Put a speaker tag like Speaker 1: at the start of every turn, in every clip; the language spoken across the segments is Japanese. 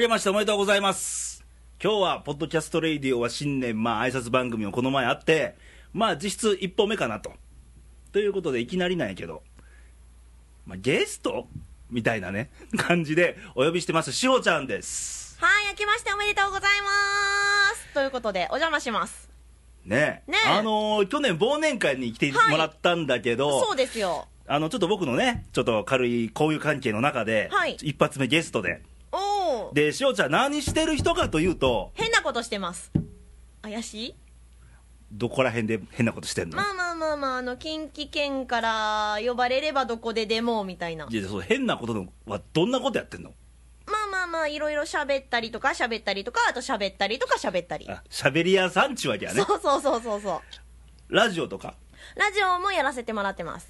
Speaker 1: けましておめでとうございます今日はポッドキャストレイディオは新年まあ挨拶番組もこの前あってまあ実質一本目かなとということでいきなりなんやけど、まあ、ゲストみたいなね感じでお呼びしてますしおちゃんです
Speaker 2: はい、明けましておめでとうございます。ということで、お邪魔します。
Speaker 1: ね
Speaker 2: ねえ
Speaker 1: あのー去年忘年会に来て
Speaker 2: はい
Speaker 1: もらったんだけど、
Speaker 2: そうですよ。
Speaker 1: あのちょっと僕のねちょっと軽い交友関係の中で、
Speaker 2: はい
Speaker 1: 一発目ゲストで
Speaker 2: おお。
Speaker 1: でしおちゃん何してる人かというと
Speaker 2: 変なことしてます。怪しい
Speaker 1: どこら辺で変なことしてんの、
Speaker 2: まあまあまあまあ、あの、近畿圏から呼ばれればどこででも、みたいな。ま
Speaker 1: いやそう変なことのはどんなことやってんの
Speaker 2: あまあまあ、いろいろ喋ったりとか、喋ったりとか、あと喋ったりとか、喋ったり。
Speaker 1: あ喋り屋さんっちゅうわけやね
Speaker 2: そうそうそうそうそう。
Speaker 1: ラジオとか
Speaker 2: ラジオもやらせてもらってます。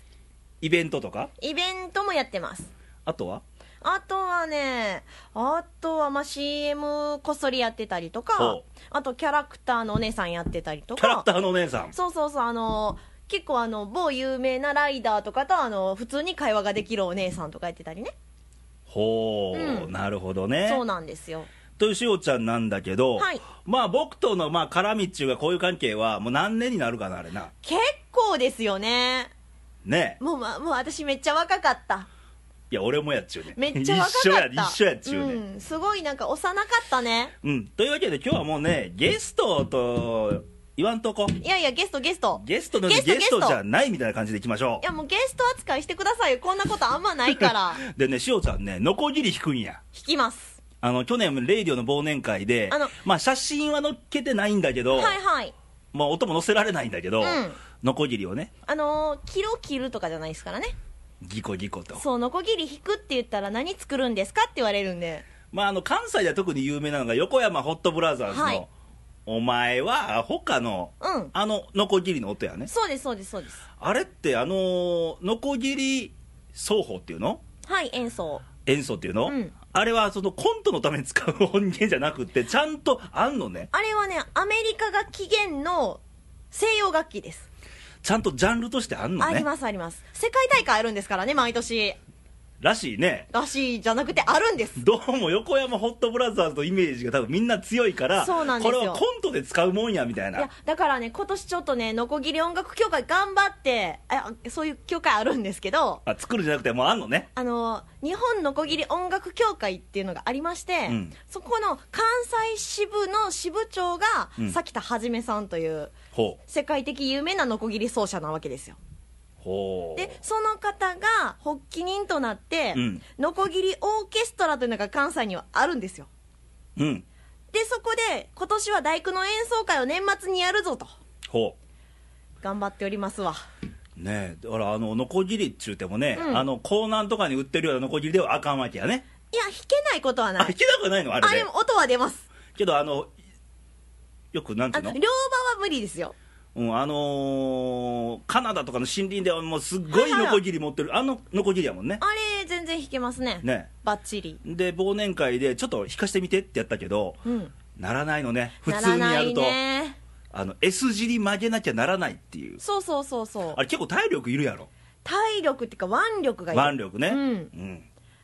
Speaker 1: イベントとか
Speaker 2: イベントもやってます。
Speaker 1: あとは
Speaker 2: あとはね、あとはまあ CM こっそりやってたりと
Speaker 1: ほ
Speaker 2: か
Speaker 1: う、
Speaker 2: あとキャラクターのお姉さんやってたりと
Speaker 1: キャラク
Speaker 2: か、
Speaker 1: ターのお姉さん
Speaker 2: そうそうそう、あの、結構あの、某有名なライダーとかと、あの、普通に会話ができるお姉さんとかやってたりね。
Speaker 1: ほう、
Speaker 2: うん
Speaker 1: なるほどね
Speaker 2: そうなんですよ。
Speaker 1: というしおちゃんなんだけど、
Speaker 2: はい
Speaker 1: まあ僕とのまあ絡みっちゅうかこういう関係はもう何年になるかなあれな
Speaker 2: 結構ですよね。
Speaker 1: ね
Speaker 2: もうま、もう私めっちゃ若かった。
Speaker 1: いや俺もやっちゅうね
Speaker 2: めっちゃ若かった。
Speaker 1: 一緒や一緒やっちゅうね、
Speaker 2: うん、すごいなんか幼かったね。
Speaker 1: うん、というわけで今日はもうねゲストと言わんとこ
Speaker 2: いやいや、ゲストゲスト。
Speaker 1: ゲストのゲ
Speaker 2: ゲスト
Speaker 1: ゲスト
Speaker 2: ゲスト
Speaker 1: じゃないみたいな感じでいきましょ
Speaker 2: いやもうゲスト扱いしてくださいよ。こんなことあんまな いから。
Speaker 1: うでねしおちゃんねノコギリ引くんや
Speaker 2: 引きます。
Speaker 1: あの去年レイディオの忘年会で
Speaker 2: あの
Speaker 1: まあ、写真は載っけてないんだけど、
Speaker 2: はいはい。
Speaker 1: まあ、音も載せられないんだけど、
Speaker 2: うん
Speaker 1: ノコギリをね
Speaker 2: あのー、キロ切るとかじゃないですからね。
Speaker 1: ギコギコと
Speaker 2: そう、ノコギリ引くって言ったら何作るんですかって言われるんで。
Speaker 1: まあ、あの関西では特に有名なのが横山ホットブラザーズの「
Speaker 2: はい
Speaker 1: お前は他の
Speaker 2: うん。
Speaker 1: あのノコギリの音やね
Speaker 2: そうです、そうです、そうです。
Speaker 1: あれってあのーノコギリ奏法っていうの
Speaker 2: はい、演奏。
Speaker 1: 演奏っていうの、
Speaker 2: うん
Speaker 1: あれはそのコントのために使う音源じゃなくてちゃんとあんのね
Speaker 2: あれはね、アメリカが起源の西洋楽器です。
Speaker 1: ちゃんとジャンルとしてあんの
Speaker 2: あり
Speaker 1: ね
Speaker 2: ます、あります。世界大会あるんですからね、毎年。
Speaker 1: らしいね
Speaker 2: らしいじゃなくて、あるんです。
Speaker 1: どうも横山ホットブラザーズのイメージが多分みんな強いから
Speaker 2: そうなんですよ
Speaker 1: これはコントで使うもんやみたい
Speaker 2: い
Speaker 1: な
Speaker 2: や、だからね、今年ちょっとね、ノコギリ音楽協会頑張って、あそういう協会あるんですけど、
Speaker 1: あ作るんじゃなくてもうあんのね
Speaker 2: あの日本のこぎり音楽協会っていうのがありまして、
Speaker 1: うん
Speaker 2: そこの関西支部の支部長が、
Speaker 1: うん
Speaker 2: さきたはじめさんという
Speaker 1: ほう
Speaker 2: 世界的有名なのこぎり奏者なわけですよ
Speaker 1: ほう
Speaker 2: でその方が発起人となって、
Speaker 1: うん
Speaker 2: のこぎりオーケストラというのが関西にはあるんですよ
Speaker 1: うん
Speaker 2: でそこで今年は大工の演奏会を年末にやるぞと
Speaker 1: ほ
Speaker 2: 頑張っておりますわ
Speaker 1: うねえだからあのノコギリっちゅうてもね、
Speaker 2: うん
Speaker 1: あの港南とかに売ってるようなノコギリではあかんわけやね
Speaker 2: いや弾けないことは
Speaker 1: あ
Speaker 2: な
Speaker 1: 弾
Speaker 2: い
Speaker 1: けなくないのあ
Speaker 2: あ
Speaker 1: れ
Speaker 2: で
Speaker 1: で
Speaker 2: も音は出ます
Speaker 1: けどあのよくなんて
Speaker 2: あ
Speaker 1: いう
Speaker 2: の
Speaker 1: の
Speaker 2: 両場は無理ですよ
Speaker 1: うん、あのーカナダとかの森林ではもうすっご
Speaker 2: はいいはい
Speaker 1: ノコギリ持ってる、あのノコギリやもんね
Speaker 2: あれ全然弾けますね
Speaker 1: ね
Speaker 2: バッチリ
Speaker 1: で忘年会でちょっと弾かしてみてってやったけど
Speaker 2: うん
Speaker 1: ならないのね普通にやると
Speaker 2: ならないね
Speaker 1: あの S 字に曲げなきゃならないっていう
Speaker 2: そうそうそうそう
Speaker 1: あれ結構体力いるやろ
Speaker 2: 体力っていうか腕力がいる
Speaker 1: 腕力ね
Speaker 2: うん
Speaker 1: ん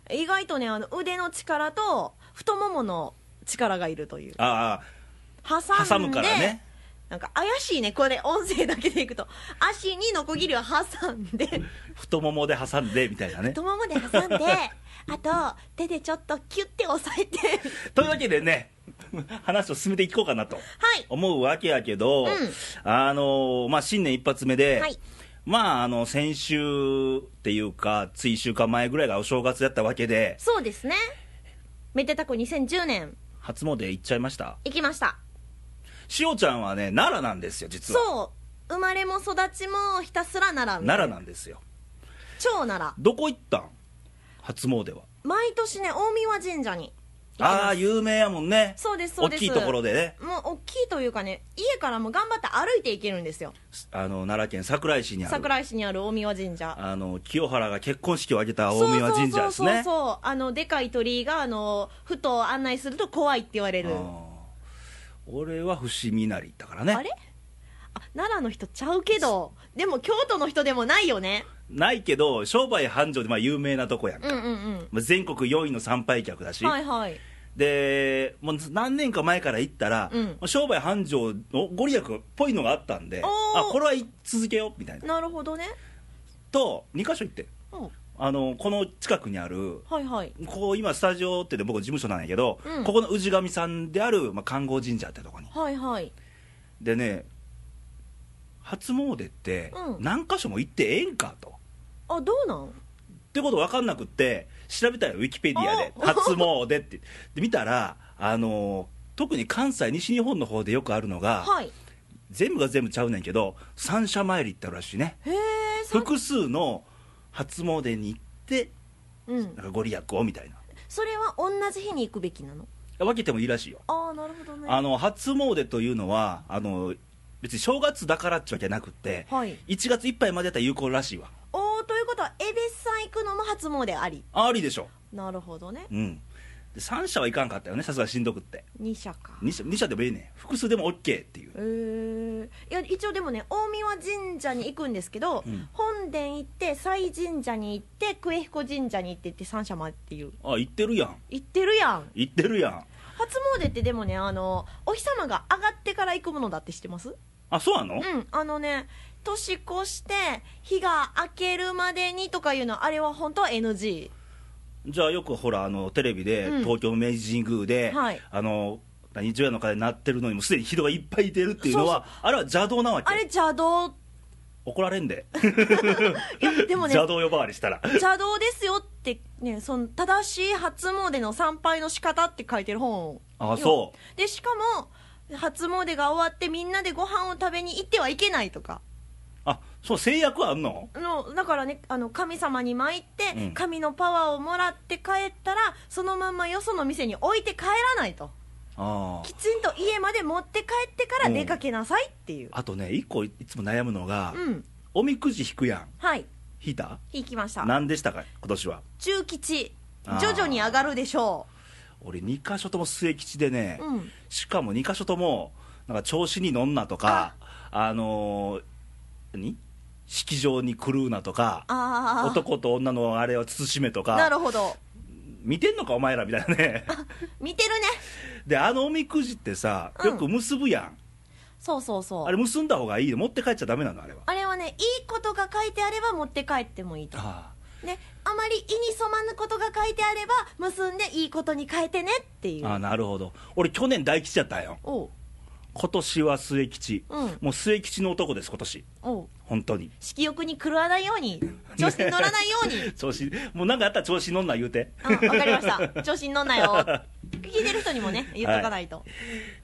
Speaker 2: 意外とねあの腕の力と太ももの力がいるという
Speaker 1: ああ
Speaker 2: 挟
Speaker 1: 挟
Speaker 2: んで
Speaker 1: むからね
Speaker 2: なんか怪しいねこれ音声だけでい くと足にノコギリを挟んで
Speaker 1: 太ももで挟んでみたいなね
Speaker 2: 太ももで挟ん であと手でちょっとキュッて押さえて
Speaker 1: というわけでね話を進めていこうかなと
Speaker 2: はい
Speaker 1: 思うわけやけど、
Speaker 2: ん
Speaker 1: あのーまあ、新年一発目で、
Speaker 2: はい
Speaker 1: まあ、あの先週っていうか、つい1週間前ぐらいがお正月だったわけで、
Speaker 2: そうですねめでたこ2010年
Speaker 1: 初詣行っちゃいました、
Speaker 2: 行きました
Speaker 1: しおちゃんはね、奈良なんですよ、実は、
Speaker 2: そう生まれも育ちもひたすら奈良みたい
Speaker 1: 奈良なんですよ、
Speaker 2: 超奈良
Speaker 1: どこ行ったん、初詣は、
Speaker 2: 毎年ね大宮神社に行きます
Speaker 1: ああー、有名やもんね、
Speaker 2: そうですそう
Speaker 1: 大
Speaker 2: です
Speaker 1: きいところでね、
Speaker 2: もう大きいというかね家からも頑張って歩いて行けるんですよ
Speaker 1: あの奈良県桜井市にある、
Speaker 2: 桜井市にある大宮神社
Speaker 1: あの清原が結婚式を挙げた大宮神社です
Speaker 2: そうそうそう
Speaker 1: ね。
Speaker 2: そうあのでかい鳥居があのふと案内すると怖いって言われる
Speaker 1: あー俺は伏見なり行ったからね
Speaker 2: あれあ奈良の人ちゃうけどでも京都の人でもないよね
Speaker 1: ないけど商売繁盛でまあ有名なとこやんか、
Speaker 2: うんうんうん
Speaker 1: まあ全国4位の参拝客だし、
Speaker 2: はいはい
Speaker 1: でもう何年か前から行ったら、
Speaker 2: うん
Speaker 1: 商売繁盛のご利益っぽいのがあったんで
Speaker 2: おー
Speaker 1: あこれは続けようみたいな
Speaker 2: なるほどね、
Speaker 1: と2箇所行って
Speaker 2: うん、
Speaker 1: あのこの近くにある
Speaker 2: はいはい
Speaker 1: ここ今スタジオってね僕事務所なんやけど、
Speaker 2: うん
Speaker 1: ここの氏神さんである、まあ、観光神社ってとこに
Speaker 2: はいはい
Speaker 1: でね初詣って
Speaker 2: うん
Speaker 1: 何箇所も行ってええんかと、
Speaker 2: あどうなん
Speaker 1: ってこと分かんなくって調べたよウィキペディアで
Speaker 2: お
Speaker 1: 初詣ってで見たらあの特に関西西日本の方でよくあるのが、
Speaker 2: はい
Speaker 1: 全部が全部ちゃうねんけど三社参り行ったらしいね
Speaker 2: へえそ,、
Speaker 1: 複数の初詣に行って
Speaker 2: うん
Speaker 1: な、んかご利益をみたいな
Speaker 2: それは同じ日に行くべきなの
Speaker 1: 分けてもいいらしいよ
Speaker 2: ああなるほどね
Speaker 1: あの初詣というのはあの別に正月だからっちゅうわけじゃなくて
Speaker 2: はい
Speaker 1: 1月いっぱいまでやったら有効らしいわ
Speaker 2: おおということは恵比寿さん行くのも初詣あり
Speaker 1: ありでしょ
Speaker 2: なるほどね
Speaker 1: うんで3社はいかんかったよねさすがにしんどくって
Speaker 2: 二社か
Speaker 1: 2社 ,2 社でもいいね複数でも OK っていう
Speaker 2: えー、いや一応でもね大宮神社に行くんですけど、
Speaker 1: うん
Speaker 2: 本殿行って西神社に行って久江彦神社に行ってって三社回っていう
Speaker 1: あ行ってるやん
Speaker 2: 行ってるやん
Speaker 1: 行ってるやん
Speaker 2: 初詣ってでもねあのお日様が上がってから行くものだって知ってます
Speaker 1: あそうなの、
Speaker 2: うんあのね年越して日が明けるまでにとかいうのあれは本当は NG
Speaker 1: じゃあよくほらあのテレビで、
Speaker 2: うん
Speaker 1: 東京明治神宮で、
Speaker 2: はい
Speaker 1: あの何除夜の鐘になってるのにもすでに人がいっぱい出るっていうのはあれは邪道なわけ
Speaker 2: あれ邪道
Speaker 1: 怒られんで、
Speaker 2: いやでもね
Speaker 1: 邪道呼ばわりしたら
Speaker 2: 邪道ですよってねその正しい初詣の参拝の仕方って書いてる本
Speaker 1: あそう
Speaker 2: でしかも初詣が終わってみんなでご飯を食べに行ってはいけないとか
Speaker 1: あそう制約あんの
Speaker 2: のだからねあの神様に参って、
Speaker 1: うん
Speaker 2: 神のパワーをもらって帰ったらそのままよその店に置いて帰らないと
Speaker 1: あ
Speaker 2: きちんと家まで持って帰ってから出かけなさいっていう
Speaker 1: ああとね一個いつも悩むのが、
Speaker 2: うん、
Speaker 1: おみくじ引くやん
Speaker 2: はい
Speaker 1: 引いた
Speaker 2: 引きました
Speaker 1: 何でしたか今年は
Speaker 2: 中吉
Speaker 1: あー
Speaker 2: 徐々に上がるでしょ
Speaker 1: 俺2箇所とも末吉でね、
Speaker 2: ううん
Speaker 1: しかも2箇所ともなんか調子に乗んなとかあのー何式場に狂うなとか
Speaker 2: ああ
Speaker 1: 男と女のあれを慎めと
Speaker 2: な
Speaker 1: か
Speaker 2: るほど
Speaker 1: 見てんのかお前らみたいな ね
Speaker 2: 見てるね
Speaker 1: であのおみくじってさよく結ぶやん、
Speaker 2: そうそうそう
Speaker 1: あ
Speaker 2: あ
Speaker 1: れ
Speaker 2: れ
Speaker 1: 結んだ方がいいの持って帰っちゃダメなのあれは
Speaker 2: はねいいことが書いてあれば持って帰ってもいいと
Speaker 1: あ
Speaker 2: ねあまり意に染まぬことが書いてあれば結んでいいことに変えてねってい
Speaker 1: あ
Speaker 2: う
Speaker 1: なるほど俺去年大吉やったんよ
Speaker 2: おう
Speaker 1: 今年は末吉、
Speaker 2: うん
Speaker 1: もう末吉の男です今年
Speaker 2: おう
Speaker 1: 本当に
Speaker 2: 色欲に狂わないように調子に乗らないように、
Speaker 1: 調子もうなんかあったら調子乗んな言うて
Speaker 2: うん、わかりました調子に乗んなよ聞いてる人にもね言っとかないと、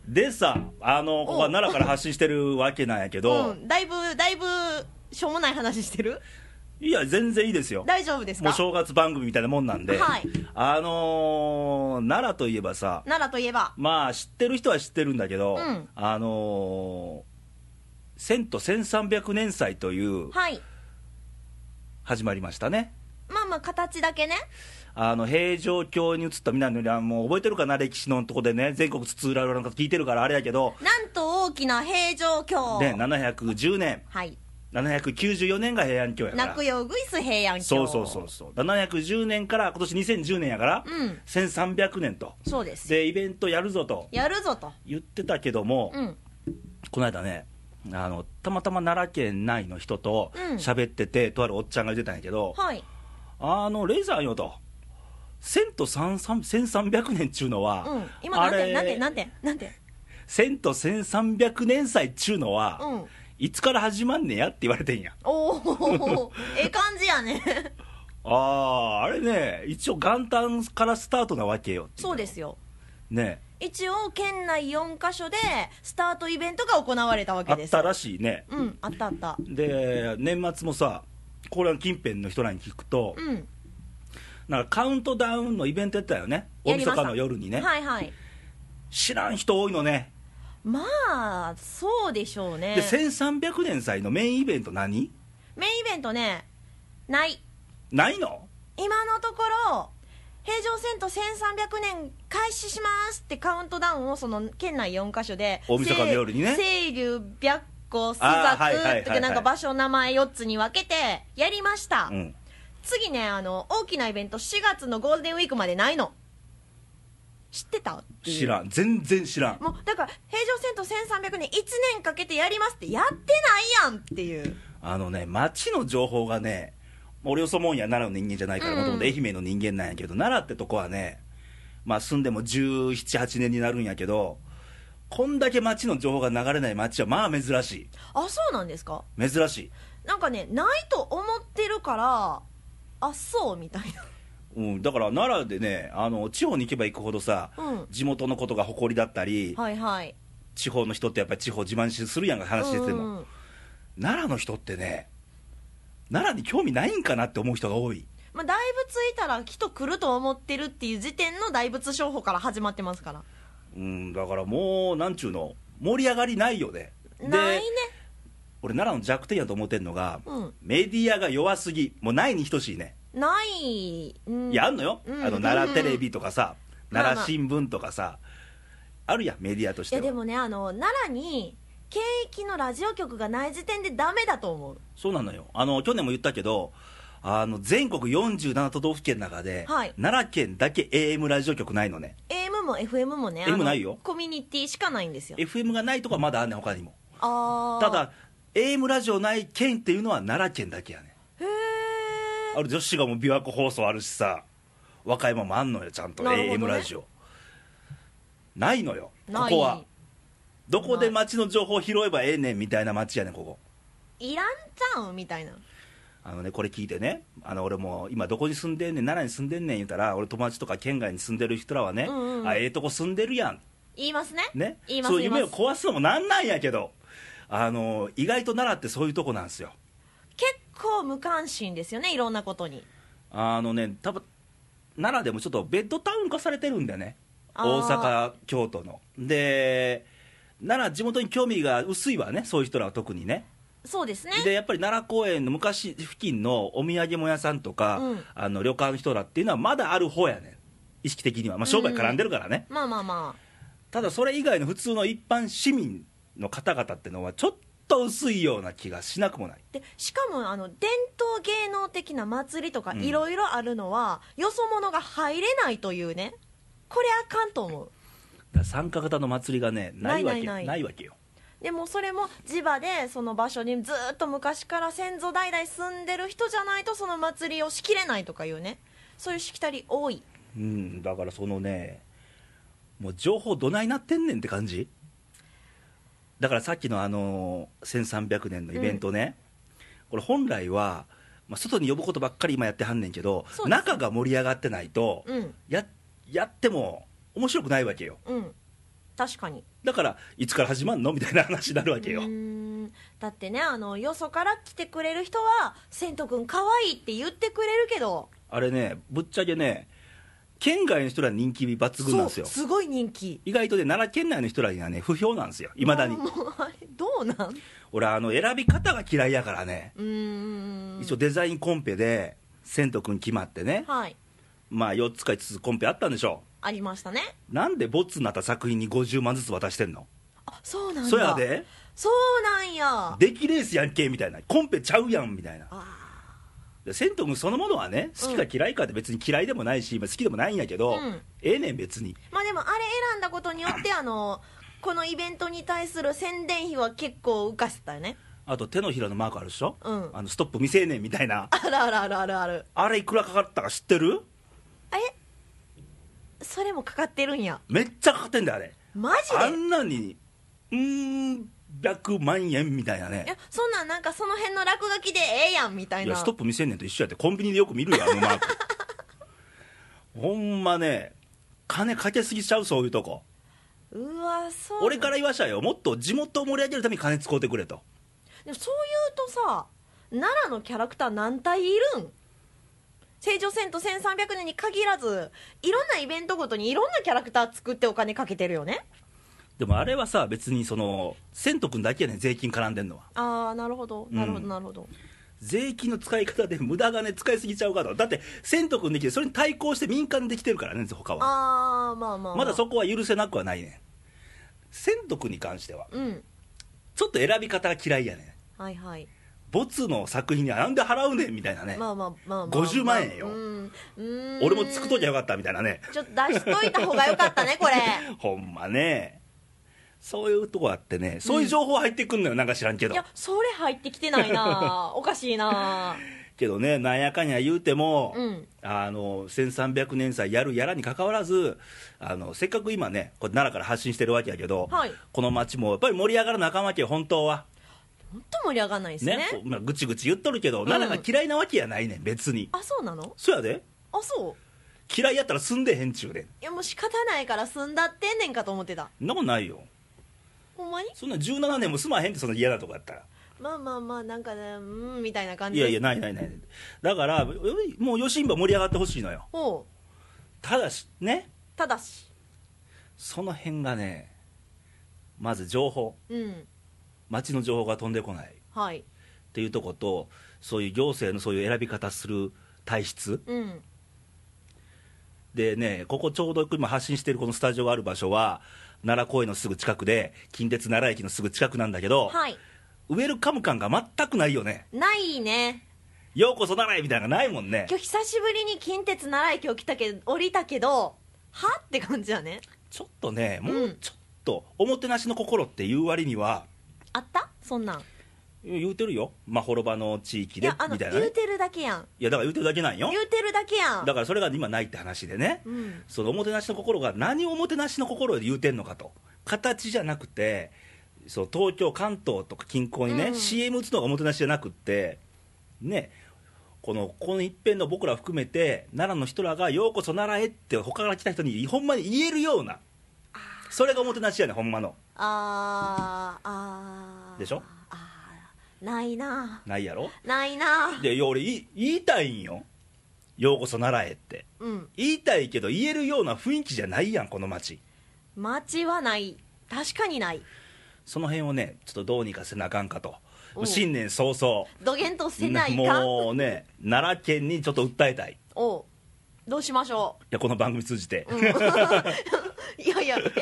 Speaker 1: でさあのここは
Speaker 2: お
Speaker 1: 奈良から発信してるわけなんやけど、
Speaker 2: うん、だいぶだいぶしょうもない話してる
Speaker 1: いや全然いいですよ
Speaker 2: 大丈夫です
Speaker 1: もう
Speaker 2: か
Speaker 1: 正月番組みたいなもんなんで、
Speaker 2: はい
Speaker 1: あのー奈良といえばさ
Speaker 2: 奈良といえば
Speaker 1: まあ知ってる人は知ってるんだけど、
Speaker 2: うん
Speaker 1: あのー、1000と1300年祭という
Speaker 2: はい
Speaker 1: 始まりましたね
Speaker 2: まあまあ形だけね
Speaker 1: あの平城京に移った皆のにはもう覚えてるかな歴史のとこでね全国津々浦々のこと聞いてるからあれやけど
Speaker 2: なんと大きな平城京
Speaker 1: ね710年
Speaker 2: はい
Speaker 1: 794年が平安京やから
Speaker 2: 泣くようぐいす平安京
Speaker 1: そうそうそうそう710年から今年2010年やから、
Speaker 2: うん
Speaker 1: 1300年と
Speaker 2: そうです
Speaker 1: でイベントやるぞと
Speaker 2: やるぞと
Speaker 1: 言ってたけども、
Speaker 2: うん
Speaker 1: この間ねあのたまたま奈良県内の人と
Speaker 2: うん
Speaker 1: 喋ってて、とあるおっちゃんが言ってたんやけど、
Speaker 2: はい
Speaker 1: あのレイザーよと1000と1300年っちゅうのは、
Speaker 2: うん今
Speaker 1: あ
Speaker 2: なんて
Speaker 1: れ
Speaker 2: なんてなんてなんて
Speaker 1: 1000と1300年祭っちゅうのは、
Speaker 2: うん
Speaker 1: いつから始まんねやって言われてんや
Speaker 2: お おええ感じやね
Speaker 1: あああれね一応元旦からスタートなわけよってい
Speaker 2: そうですよ
Speaker 1: ね
Speaker 2: 一応県内4カ所でスタートイベントが行われたわ
Speaker 1: あ
Speaker 2: け
Speaker 1: っ
Speaker 2: です
Speaker 1: たらしいね
Speaker 2: うんあったあった
Speaker 1: で年末もさこれは近辺の人らに聞くと、
Speaker 2: うん
Speaker 1: なんかカウントダウンのイベントやったよね大
Speaker 2: やり
Speaker 1: 晦
Speaker 2: ました
Speaker 1: 日の夜にね、
Speaker 2: はいはい
Speaker 1: 知らん人多いのね、
Speaker 2: まあそうでしょうね
Speaker 1: で1300年祭のメインイベント何
Speaker 2: メインイベントねない
Speaker 1: ないの
Speaker 2: 今のところ平城遷都1300年開始しますってカウントダウンをその県内4カ所で
Speaker 1: 大晦日の夜にね
Speaker 2: 清流白虎朱
Speaker 1: あーはいはいはいはい
Speaker 2: 雀とかなんか場所名前4つに分けてやりました、
Speaker 1: うん
Speaker 2: 次ねあの大きなイベント4月のゴールデンウィークまでないの知ってたっていう
Speaker 1: 知らん全然知らん
Speaker 2: もうだから平城遷都1300年1年かけてやりますってやってないやんっていう
Speaker 1: あのね町の情報がね俺よそもんや奈良の人間じゃないから
Speaker 2: うん
Speaker 1: もともと愛媛の人間なんやけど奈良ってとこはねまあ住んでも1718年になるんやけどこんだけ町の情報が流れない町はまあ珍し
Speaker 2: あそうなんですか
Speaker 1: い珍しい
Speaker 2: なんかねないと思ってるからあそうみたい
Speaker 1: うん、だから奈良でねあの地方に行けば行くほどさ、
Speaker 2: なうん
Speaker 1: 地元のことが誇りだったり、
Speaker 2: はいはい
Speaker 1: 地方の人ってやっぱり地方自慢するやんか話してても、
Speaker 2: うんうん
Speaker 1: 奈良の人ってね奈良に興味ないんかなって思う人が多い
Speaker 2: まあ、大仏いたら人来ると思ってるっていう時点の大仏商法から始まってますから
Speaker 1: うんだからもうなんちゅうの盛り上がりないよね
Speaker 2: ないね
Speaker 1: 俺奈良の弱点やと思ってんのが、
Speaker 2: うん
Speaker 1: メディアが弱すぎもうないに等しいね、
Speaker 2: ない、うん、
Speaker 1: いやあんのよ、
Speaker 2: うん
Speaker 1: あの奈良テレビとかさ、
Speaker 2: まあまあ
Speaker 1: 奈良新聞とかさあるやんメディアとし
Speaker 2: い
Speaker 1: て
Speaker 2: や
Speaker 1: は
Speaker 2: でもねあの奈良に県域のラジオ局がない時点でダメだと思う
Speaker 1: そうなのよあの去年も言ったけどあの全国47都道府県の中で、
Speaker 2: はい
Speaker 1: 奈良県だけ AM ラジオ局ないのね
Speaker 2: AM も FM もねあの
Speaker 1: AM ないよ
Speaker 2: コミュニティしかないんですよ
Speaker 1: FM がないとこはまだあんねん他にも
Speaker 2: ああ
Speaker 1: ただ AM ラジオない県っていうのは奈良県だけやねん
Speaker 2: へ
Speaker 1: ある女子がもう琵琶湖放送あるしさ和歌山もあんのよちゃんと、
Speaker 2: なるほ
Speaker 1: AM
Speaker 2: どね
Speaker 1: ラジオないのよ
Speaker 2: え
Speaker 1: ここはどこで街の情報拾えばええねんみたいな街やねんここ
Speaker 2: いらんちゃうんみたいな
Speaker 1: あのね、これ聞いてね、あの俺も今、どこに住んでんねん、奈良に住んでんねん言うたら、俺、友達とか県外に住んでる人らはね、
Speaker 2: うんうんうん
Speaker 1: あええとこ住んでるやん、
Speaker 2: 言いますね
Speaker 1: ね、
Speaker 2: 言います
Speaker 1: そう
Speaker 2: 言います
Speaker 1: 夢を壊すのもなんなんやけど、あの意外と奈良ってそういうとこなんですよ、
Speaker 2: 結構無関心ですよねいろんなことに
Speaker 1: あのね、多分奈良でもちょっとベッドタウン化されてるんだよね、
Speaker 2: あ
Speaker 1: 大
Speaker 2: ー
Speaker 1: 阪、京都の。で奈良地元に興味が薄いわね、そういう人らは特にね。
Speaker 2: そうですね
Speaker 1: でやっぱり奈良公園の昔付近のお土産物屋さんとか、
Speaker 2: うん
Speaker 1: あの旅館の人らっていうのはまだある方やねん意識的には、まあ、商売絡んでるからね、
Speaker 2: まあまあま
Speaker 1: ただそれ以外の普通の一般市民の方々ってのはちょっと薄いような気がしなくもない
Speaker 2: あでしかもあの伝統芸能的な祭りとか
Speaker 1: うん
Speaker 2: いろいろあるのは、よそ者が入れないというねこれあかんと思
Speaker 1: だ
Speaker 2: う
Speaker 1: から参加型の祭りがねないわけ
Speaker 2: ないないない
Speaker 1: わけよ
Speaker 2: でもそれも地場でその場所にずーっと昔から先祖代々住んでる人じゃないとその祭りをしきれないとかいうねそういうしきたり多い
Speaker 1: うんだからそのねもう情報どないなってんねんって感じだからさっきのあの1300年のイベントね、これ本来は、まあ、外に呼ぶことばっかり今やってはんねんけど
Speaker 2: そうです
Speaker 1: 中が盛り上がってないと、
Speaker 2: うん
Speaker 1: ややっても面白くないわけよ
Speaker 2: うん確かに
Speaker 1: だからいつから始まんのみたいな話になるわけよ、
Speaker 2: うーんだってねあのよそから来てくれる人は「せんとくんかわいい」って言ってくれるけど
Speaker 1: あれねぶっちゃけね県外の人ら人気抜群なんですよ
Speaker 2: そうすごい人気
Speaker 1: 意外とね奈良県内の人らにはね不評なんですよいまだに
Speaker 2: もうあれどうなんう
Speaker 1: 俺あの選び方が嫌いやからね
Speaker 2: ーん
Speaker 1: 一応デザインコンペで千斗君決まってね、
Speaker 2: はい
Speaker 1: まあ4つか5つコンペあったんでしょ
Speaker 2: ありましたね
Speaker 1: うなんでボツになった作品に50万ずつ渡してんの
Speaker 2: あそうなんだ
Speaker 1: そやで
Speaker 2: そうなんや
Speaker 1: 出来レースやんけみたいなコンペちゃうやんみたいな
Speaker 2: あ
Speaker 1: で千斗君そのものはね好きか嫌いかって別に嫌いでもないし、まあ好きでもないんやけど、
Speaker 2: うん
Speaker 1: ええねん別に
Speaker 2: まあでもあれ選んだことによってあのこのイベントに対する宣伝費は結構浮かせたよね
Speaker 1: あと手のひらのマークあるでしょ、
Speaker 2: うん
Speaker 1: あのストップ未成年みたいな
Speaker 2: あるあるあるあるある
Speaker 1: あれいくらかかったか知ってる
Speaker 2: あれそれもかかってるんや
Speaker 1: めっちゃかかってんだよあれ
Speaker 2: マジ
Speaker 1: あ
Speaker 2: で
Speaker 1: んなにうーん100万円みたいなね
Speaker 2: いやそんなんなんかその辺の落書きでええやんみたい
Speaker 1: い
Speaker 2: な
Speaker 1: やストップ未成年と一緒やってコンビニでよく見るよあのマーク ほんまね金かけすぎちゃうそういうとこ
Speaker 2: うわそう
Speaker 1: 俺から言わしたらよもっと地元を盛り上げるために金使うてくれと
Speaker 2: でもそういうとさ奈良のキャラクター何体いるん成城戦と1300年に限らずいろんなイベントごとにいろんなキャラクター作ってお金かけてるよね
Speaker 1: でもあれはさ別にその千斗君だけやねん税金絡んでんのは
Speaker 2: ああなるほどなるほ
Speaker 1: う
Speaker 2: ど
Speaker 1: ん
Speaker 2: なるほど、
Speaker 1: 税金の使い方で無駄金使いすぎちゃうかとだって千斗君できてそれに対抗して民間できてるからね他は
Speaker 2: ああまあまあ、
Speaker 1: まだそこは許せなくはないねん千斗君に関しては
Speaker 2: うん
Speaker 1: ちょっと選び方が嫌いやねん
Speaker 2: はいはい
Speaker 1: ボツの作品にはなんで払うねんみたいなね、
Speaker 2: まあまあまあまあ、まあ、
Speaker 1: 50万円よ
Speaker 2: うんうーん
Speaker 1: 俺もつくときゃよかったみたいなね
Speaker 2: ちょっと出しといた方がよかった ねこれ
Speaker 1: ほんまねそういうとこあってねそういう情報入ってくんのよ、なんか知らんけど
Speaker 2: いやそれ入ってきてないなおかしいな
Speaker 1: けどねなんやかんや言うても、
Speaker 2: うん
Speaker 1: あの1300年祭やるやらにかかわらずあのせっかく今ねこれ奈良から発信してるわけやけど、
Speaker 2: はい
Speaker 1: この町もやっぱり盛り上がらなあかんわけよ本当は
Speaker 2: 本当盛り上がらないですね
Speaker 1: ねこうまあ、ぐちぐち言っとるけど、
Speaker 2: ん
Speaker 1: 奈良が嫌いなわけやないねん別に
Speaker 2: あそうなの
Speaker 1: そやで
Speaker 2: あそう
Speaker 1: 嫌いやったら住んでへんちゅうで
Speaker 2: いやもう仕方ないから住んだってんねんかと思ってた
Speaker 1: んなもんないよ
Speaker 2: ほんまに
Speaker 1: そんな17年も住まへんってそんな嫌なとこやったら
Speaker 2: まあまあまあなんかねうーんみたいな感
Speaker 1: い
Speaker 2: じ
Speaker 1: やいやないないないだからもう吉んば盛り上がってほしいのよ
Speaker 2: ほう
Speaker 1: ただしね
Speaker 2: ただし
Speaker 1: その辺がねまず情報
Speaker 2: うん
Speaker 1: 町の情報が飛んでこない
Speaker 2: はい
Speaker 1: っていうとことそういう行政のそういう選び方する体質
Speaker 2: うん
Speaker 1: でねここちょうど今発信してるこのスタジオがある場所は奈良公園のすぐ近くで近鉄奈良駅のすぐ近くなんだけど、
Speaker 2: はい
Speaker 1: ウェルカム感が全くないよね
Speaker 2: ないね
Speaker 1: ようこそ奈良へみたいなのがないもんね
Speaker 2: 今日久しぶりに近鉄奈良駅を来たけど降りたけどはって感じだね
Speaker 1: ちょっとねも
Speaker 2: う
Speaker 1: うんちょっとおもてなしの心っていう割には
Speaker 2: あったそんなん
Speaker 1: 言うてるよまあ滅場の地域
Speaker 2: い
Speaker 1: で
Speaker 2: やあの
Speaker 1: みたいなね
Speaker 2: 言うてるだけやん
Speaker 1: いやだから言うてるだけなんよ
Speaker 2: 言うてるだけやん
Speaker 1: だからそれが今ないって話でね、
Speaker 2: うん
Speaker 1: そのおもてなしの心が何をおもてなしの心で言うてんのかと形じゃなくてそう東京関東とか近郊にね、
Speaker 2: うん
Speaker 1: CM 打つのがおもてなしじゃなくってねこのこの一辺の僕ら含めて奈良の人らが「ようこそ奈良へ」って他から来た人にほんまに言えるようなそれがおもてなしやねほんまの
Speaker 2: あーあー
Speaker 1: でしょ
Speaker 2: あーないな
Speaker 1: ないやろ
Speaker 2: ないな
Speaker 1: でいや俺い言いたいんよ「ようこそ奈良へ」って
Speaker 2: うん
Speaker 1: 言いたいけど言えるような雰囲気じゃないやんこの街
Speaker 2: 街はない確かにない
Speaker 1: その辺をねちょっとどうにかせなあかんかと
Speaker 2: おう
Speaker 1: 新年早々
Speaker 2: どげんとせないか
Speaker 1: もうね奈良県にちょっと訴えたいい
Speaker 2: おうどうしましょ
Speaker 1: やこの番組通じて、
Speaker 2: う、うんいやいやいやこの番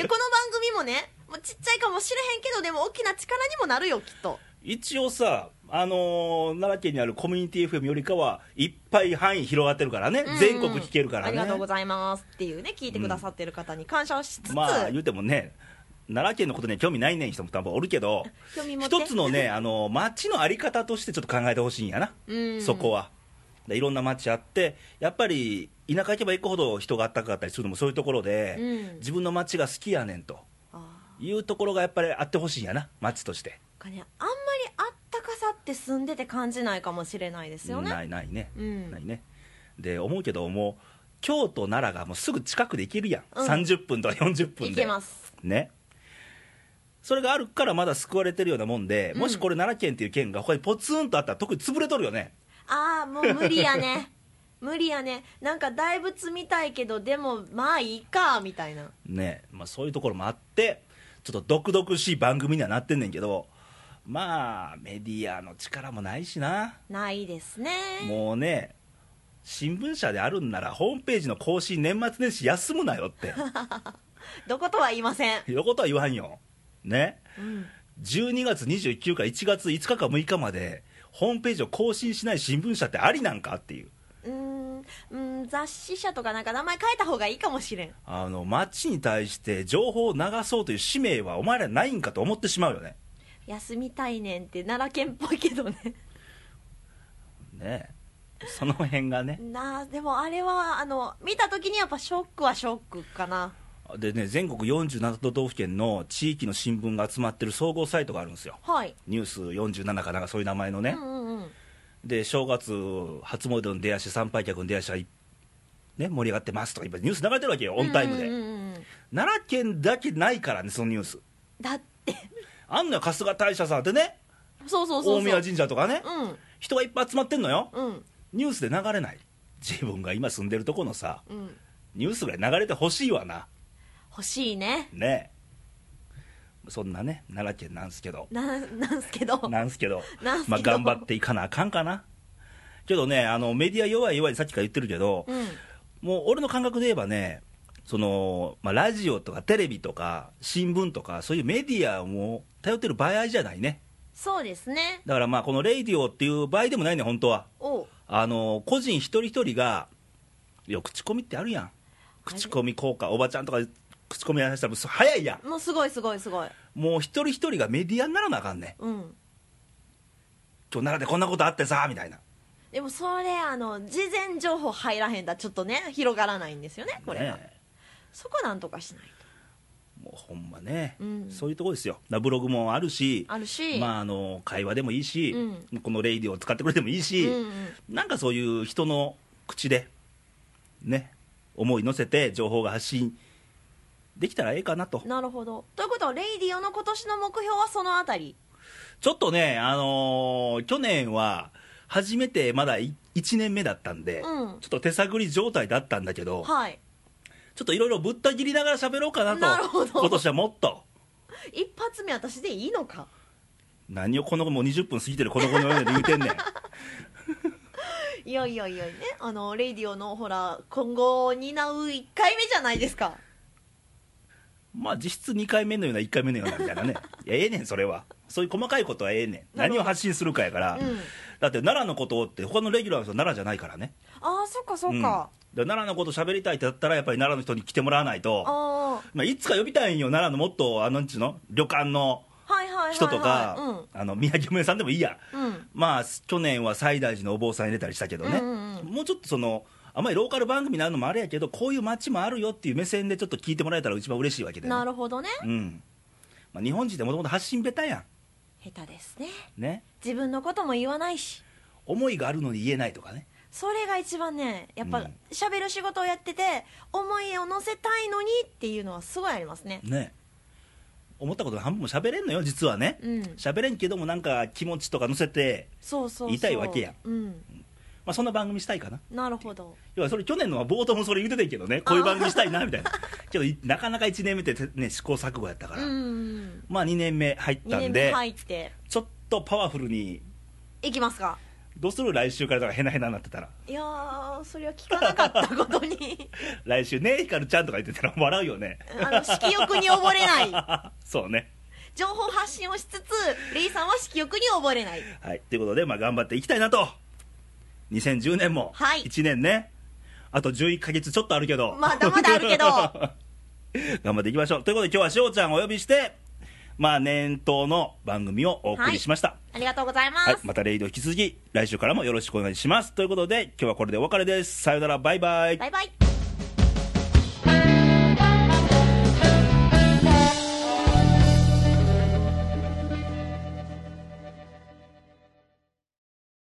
Speaker 2: 組もねもうちっちゃいかもしれへんけどでも大きな力にもなるよきっと
Speaker 1: 一応さあのー奈良県にあるコミュニティ FM よりかはいっぱい範囲広がってるからね、
Speaker 2: うんうん
Speaker 1: 全国聞けるから
Speaker 2: あ
Speaker 1: ね
Speaker 2: りがとうございますっていうね聞いてくださってる方に感謝をしつつ、
Speaker 1: まあ言うてもね奈良県のことには興味ないねん人も多分おるけ ど
Speaker 2: 興味持って
Speaker 1: 一つのね、あの街のあり方としてちょっと考えてほしいんやな、
Speaker 2: うん
Speaker 1: そこは。でいろんな街あって、やっぱり田舎行けば行くほど人が暖かかったりするのもそういうところで、
Speaker 2: うん
Speaker 1: 自分の街が好きやねんと
Speaker 2: あ
Speaker 1: いうところがやっぱりあってほしいんやな、街として。
Speaker 2: ーかねあんまりあったかさって住んでて感じないかもしれないですよね
Speaker 1: ないないね、
Speaker 2: うん
Speaker 1: ないね。で、思うけど、もう京都、奈良がもうすぐ近くで行けるやん、
Speaker 2: うん
Speaker 1: 30分とか40分で。
Speaker 2: いけます
Speaker 1: ねそれがあるからまだ救われてるようなもんで、
Speaker 2: うん
Speaker 1: もしこれ奈良県っていう県が他にポツンとあったら特に潰れとるよね
Speaker 2: ああもう無理やね 無理やねなんか大仏みたいけどでもまあいいかみたいな
Speaker 1: ねまあ、そういうところもあってちょっと毒々しい番組にはなってんねんけどまあメディアの力もないしな
Speaker 2: ないですね
Speaker 1: もうね新聞社であるんならホームページの更新年末年始休むなよって
Speaker 2: どことは言いません、
Speaker 1: いうことは言わんよね
Speaker 2: うん、
Speaker 1: 12月29日か1月5日か6日までホームページを更新しない新聞社ってありなんかっていう
Speaker 2: うーんうーん雑誌社とかなんか名前変えた方がいいかもしれん
Speaker 1: あの街に対して情報を流そうという使命はお前らないんかと思ってしまうよね
Speaker 2: 休みたいねんって奈良県っぽいけどね
Speaker 1: ねえその辺がね
Speaker 2: なあでもあれはあの見た時にやっぱショックはショックかな
Speaker 1: でね全国47都道府県の地域の新聞が集まってる総合サイトがあるんですよ
Speaker 2: はい
Speaker 1: ニュース47かなんかそういう名前の
Speaker 2: う
Speaker 1: ね
Speaker 2: ん、うんうん
Speaker 1: で正月初詣の出足参拝客の出足はいね、盛り上がってますとか今ニュース流れてるわけよオンタイムで、
Speaker 2: うんうんうんうん
Speaker 1: 奈良県だけないからねそのニュース
Speaker 2: だって
Speaker 1: あんのよ春日大社さんってね
Speaker 2: そうそうそうそ
Speaker 1: 大
Speaker 2: う
Speaker 1: 宮神社とかね、人がいっぱい集まってんのよ、
Speaker 2: うんうん
Speaker 1: ニュースで流れない自分が今住んでるとこのさ
Speaker 2: うん
Speaker 1: ニュースが流れてほしいわな
Speaker 2: 欲しいね
Speaker 1: ねえそんなね奈良県なんすけど
Speaker 2: ななんすけど
Speaker 1: なんすけど
Speaker 2: なんすけど
Speaker 1: まあ頑張っていかなあかんかなけどねあのメディア弱い弱いさっきから言ってるけど、
Speaker 2: うん
Speaker 1: もう俺の感覚で言えばねその、まあ、ラジオとかテレビとか新聞とかそういうメディアを頼ってる場合じゃないね
Speaker 2: そうですね
Speaker 1: だからまあこのレイディオっていう場合でもないね本当は
Speaker 2: おう
Speaker 1: あの個人一人一人がいや口コミってあるやん口コミ効果おばちゃんとか口コミやらしたらもう早いや
Speaker 2: もうすごいすごいすごい
Speaker 1: んもう一人一人がメディアにならなあかんねん
Speaker 2: うん
Speaker 1: 今日奈良でこんなことあってさみたいな
Speaker 2: でもそれあの事前情報入らへんだちょっとね広がらないんですよねこれが、
Speaker 1: ね
Speaker 2: そこなんとかしない
Speaker 1: えもうほんまね、
Speaker 2: うん
Speaker 1: そういうとこですよだからブログもあるし
Speaker 2: とあるし、
Speaker 1: まあ、あの会話でもいいし、
Speaker 2: う
Speaker 1: このレイディオを使ってくれてもいいし、
Speaker 2: うんうん
Speaker 1: なんかそういう人の口で、ね、思い乗せて情報が発信できたらええかなと、
Speaker 2: なるほどということはレイディオの今年の目標はそのあたり
Speaker 1: ちょっとね、あのー去年は初めてまだ1年目だったんで、
Speaker 2: うん
Speaker 1: ちょっと手探り状態だったんだけど、
Speaker 2: はい
Speaker 1: ちょっといろいろぶった切りながら喋ろうかなと、
Speaker 2: なるほど
Speaker 1: 今年はもっと。
Speaker 2: 一発目私でいいのか
Speaker 1: 何をこの子もう20分過ぎてるこの子のように言うてんねん
Speaker 2: いやいやいやねあのレイディオのほら今後を担う1回目じゃないですか
Speaker 1: まあ実質2回目のような1回目のようなみたいなね いやええねんそれはそういう細かいことはええねん
Speaker 2: なる
Speaker 1: 何
Speaker 2: ほど
Speaker 1: を発信するかやから、
Speaker 2: うん
Speaker 1: だって奈良のことをって他のレギュラーの人は奈良じゃないからね
Speaker 2: ああそっかそっ
Speaker 1: ん
Speaker 2: か、
Speaker 1: だから奈良のこと喋りたいってだったらやっぱり奈良の人に来てもらわないと
Speaker 2: ああ
Speaker 1: まあ、いつか呼びたいんよ奈良のもっとあのなんちゅうの旅館の
Speaker 2: はいはいはい、はい、
Speaker 1: 人とか、あの宮城梅さんでもいいや
Speaker 2: うん、うん、
Speaker 1: まあ去年は西大寺のお坊さん入れたりしたけどね、
Speaker 2: うんうんうん
Speaker 1: もうちょっとそのあんまりローカル番組になるのもあれやけどこういう街もあるよっていう目線でちょっと聞いてもらえたら一番嬉しいわけで、ね、
Speaker 2: なるほどね
Speaker 1: うんまあ、日本人ってもともと発信下手や
Speaker 2: 下手ですね
Speaker 1: んね
Speaker 2: 自分のことも言わないし
Speaker 1: 思いがあるのに言えないとかね
Speaker 2: それが一番ねやっ
Speaker 1: う
Speaker 2: ぱ
Speaker 1: ん
Speaker 2: 喋る仕事をやってて思いを乗せたいのにっていうのはすごいありますね
Speaker 1: ね思ったことの半分も喋れんのよ実はね
Speaker 2: うん
Speaker 1: 喋、れんけどもなんか気持ちとか乗せて、
Speaker 2: そうそうそう
Speaker 1: 言いたいわけや
Speaker 2: うん
Speaker 1: まあ、そんな番組したいかな
Speaker 2: なるほど
Speaker 1: 要はそれ去年のは冒頭もそれ言うてたんやけどねこういう番組したいなみたい なけどいなかなか1年目っててね試行錯誤やったか
Speaker 2: う
Speaker 1: ら、
Speaker 2: ん
Speaker 1: まあ2年目入っ
Speaker 2: 2
Speaker 1: たん
Speaker 2: 年
Speaker 1: で
Speaker 2: 目入って
Speaker 1: ちょっとパワフルに
Speaker 2: いきますか
Speaker 1: どうする来週からだからヘナヘナになってたら
Speaker 2: いやーそれは聞かなかったことに
Speaker 1: 来週ねひかるちゃんとか言ってたら笑うよね
Speaker 2: あの色欲に溺れない
Speaker 1: そうね
Speaker 2: 情報発信をしつつレイさんは色欲に溺れない
Speaker 1: はい、ということで、まあ、頑張っていきたいなと、2010年も、
Speaker 2: はい
Speaker 1: 1年ね、あと11か月ちょっとあるけど、
Speaker 2: まだまだあるけど
Speaker 1: 頑張っていきましょう。ということで、今日はしおちゃんをお呼びして、まあ、年頭の番組をお送りしました。
Speaker 2: ありがとうございます、
Speaker 1: はい、またレイド引き続き、来週からもよろしくお願いします。ということで、今日はこれでお別れです。さよなら、バイバイ。
Speaker 2: バイバイ